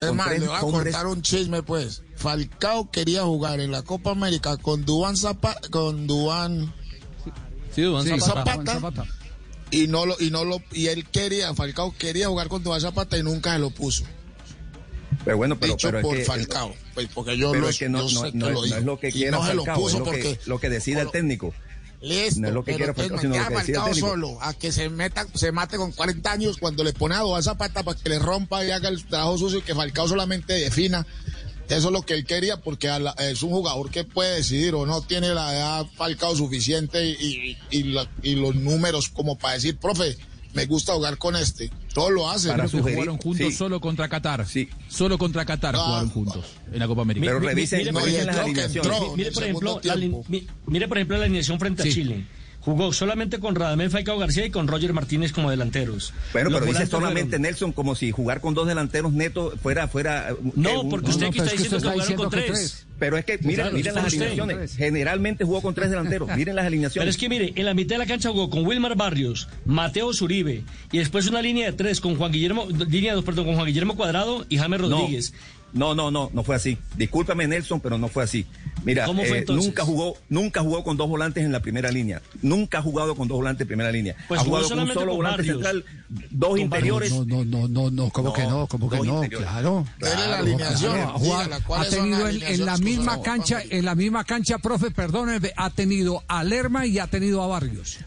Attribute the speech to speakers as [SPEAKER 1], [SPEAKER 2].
[SPEAKER 1] Es más, le voy a contar un chisme, pues. Falcao quería jugar en la Copa América con Duván Zapata, con Duván
[SPEAKER 2] Sí, Duván
[SPEAKER 1] Zapata,
[SPEAKER 2] Zapata.
[SPEAKER 1] y no lo, y no lo, y él quería, Falcao quería jugar con Duván Zapata y nunca se lo puso.
[SPEAKER 3] Pero bueno, pero,
[SPEAKER 1] dicho
[SPEAKER 3] pero es
[SPEAKER 1] por
[SPEAKER 3] que- eh,
[SPEAKER 1] Falcao, pues, porque yo
[SPEAKER 3] pero
[SPEAKER 1] lo,
[SPEAKER 3] es que no,
[SPEAKER 1] yo
[SPEAKER 3] no-
[SPEAKER 1] sé
[SPEAKER 3] no
[SPEAKER 1] que
[SPEAKER 3] es-
[SPEAKER 1] lo
[SPEAKER 3] no es
[SPEAKER 1] dijo.
[SPEAKER 3] lo que
[SPEAKER 1] y
[SPEAKER 3] quiera
[SPEAKER 1] no se lo
[SPEAKER 3] Falcao,
[SPEAKER 1] puso
[SPEAKER 3] es lo que-
[SPEAKER 1] porque
[SPEAKER 3] lo que decida
[SPEAKER 1] por
[SPEAKER 3] el
[SPEAKER 1] lo-
[SPEAKER 3] técnico.
[SPEAKER 1] Listo,
[SPEAKER 3] No es lo que
[SPEAKER 1] pero
[SPEAKER 3] quiera
[SPEAKER 1] ustedes
[SPEAKER 3] Falcao, sino lo
[SPEAKER 1] mantienen
[SPEAKER 3] que decía el
[SPEAKER 1] a Falcao
[SPEAKER 3] técnico.
[SPEAKER 1] solo a que se meta, se mate con 40 años cuando le pone a Duván Zapata para que le rompa y haga el trabajo sucio y que Falcao solamente defina. Eso es lo que él quería porque a la- es un jugador que puede decidir o no tiene la edad Falcao suficiente y, y- y la- y los números como para decir, profe, me gusta jugar con este. Todo lo hace.
[SPEAKER 3] Para
[SPEAKER 1] ¿no?
[SPEAKER 3] su-
[SPEAKER 2] Que
[SPEAKER 3] Sugerir-
[SPEAKER 2] jugaron juntos
[SPEAKER 3] sí.
[SPEAKER 2] solo contra Qatar.
[SPEAKER 3] Sí.
[SPEAKER 2] Solo contra Qatar
[SPEAKER 1] Ah.
[SPEAKER 2] jugaron juntos en la Copa América.
[SPEAKER 3] Pero
[SPEAKER 4] mi-
[SPEAKER 3] revisen,
[SPEAKER 4] mire,
[SPEAKER 1] No,
[SPEAKER 3] revisen
[SPEAKER 1] y
[SPEAKER 3] las
[SPEAKER 1] creo que
[SPEAKER 3] alineaciones.
[SPEAKER 1] entró.
[SPEAKER 4] Mire,
[SPEAKER 1] en
[SPEAKER 4] por
[SPEAKER 1] el
[SPEAKER 4] ejemplo,
[SPEAKER 1] segundo
[SPEAKER 4] la
[SPEAKER 1] tiempo.
[SPEAKER 4] alin- mi- mire, por ejemplo, la alineación frente
[SPEAKER 2] Sí.
[SPEAKER 4] a Chile. Jugó solamente con Radamel Falcao García y con Roger Martínez como delanteros.
[SPEAKER 3] Bueno,
[SPEAKER 4] Los
[SPEAKER 3] pero dice
[SPEAKER 4] volantes
[SPEAKER 3] solamente
[SPEAKER 4] fueron-
[SPEAKER 3] Nelson como si jugar con dos delanteros netos fuera fuera eh,
[SPEAKER 4] No,
[SPEAKER 3] un-
[SPEAKER 4] porque usted
[SPEAKER 5] no,
[SPEAKER 4] aquí
[SPEAKER 5] pero
[SPEAKER 4] está
[SPEAKER 5] es que
[SPEAKER 4] diciendo que
[SPEAKER 5] usted está
[SPEAKER 4] jugaron
[SPEAKER 5] diciendo
[SPEAKER 4] con
[SPEAKER 5] que
[SPEAKER 4] tres.
[SPEAKER 5] tres.
[SPEAKER 3] Pero es que miren,
[SPEAKER 4] Claro,
[SPEAKER 3] miren las
[SPEAKER 4] usted.
[SPEAKER 3] alineaciones. Generalmente jugó con tres delanteros. Miren las
[SPEAKER 4] Pero
[SPEAKER 3] alineaciones.
[SPEAKER 4] es que mire, en la mitad de la cancha jugó con Wilmar Barrios, Mateo Zuribe y después una línea de tres con Juan Guillermo, línea dos, perdón, con Juan Guillermo Cuadrado y James
[SPEAKER 3] No.
[SPEAKER 4] Rodríguez.
[SPEAKER 3] No, no, no, no fue así. Discúlpame Nelson, pero no fue así. Mira,
[SPEAKER 4] ¿Cómo fue
[SPEAKER 3] eh,
[SPEAKER 4] entonces?
[SPEAKER 3] nunca jugó, nunca jugó con dos volantes en la primera línea. Nunca ha jugado con dos volantes en primera línea.
[SPEAKER 4] Pues
[SPEAKER 3] ha
[SPEAKER 4] jugó
[SPEAKER 3] jugado con un
[SPEAKER 4] solamente
[SPEAKER 3] solo
[SPEAKER 4] con
[SPEAKER 3] volante
[SPEAKER 4] Barrios.
[SPEAKER 3] central, dos interiores.
[SPEAKER 5] No, no, no, no, no, ¿cómo
[SPEAKER 3] No,
[SPEAKER 5] que no? ¿Cómo que
[SPEAKER 3] dos
[SPEAKER 5] no?
[SPEAKER 3] interiores.
[SPEAKER 5] Claro.
[SPEAKER 1] Dele la
[SPEAKER 5] Claro,
[SPEAKER 1] alineación,
[SPEAKER 5] claro, ha jugado-
[SPEAKER 1] dígala, ¿cuáles
[SPEAKER 5] ha
[SPEAKER 1] son
[SPEAKER 5] tenido
[SPEAKER 1] las
[SPEAKER 5] en, en la
[SPEAKER 1] alineaciones que
[SPEAKER 5] misma
[SPEAKER 1] usó?
[SPEAKER 5] cancha, en la misma cancha, profe, perdónenme, ha tenido a Lerma y ha tenido a Barrios.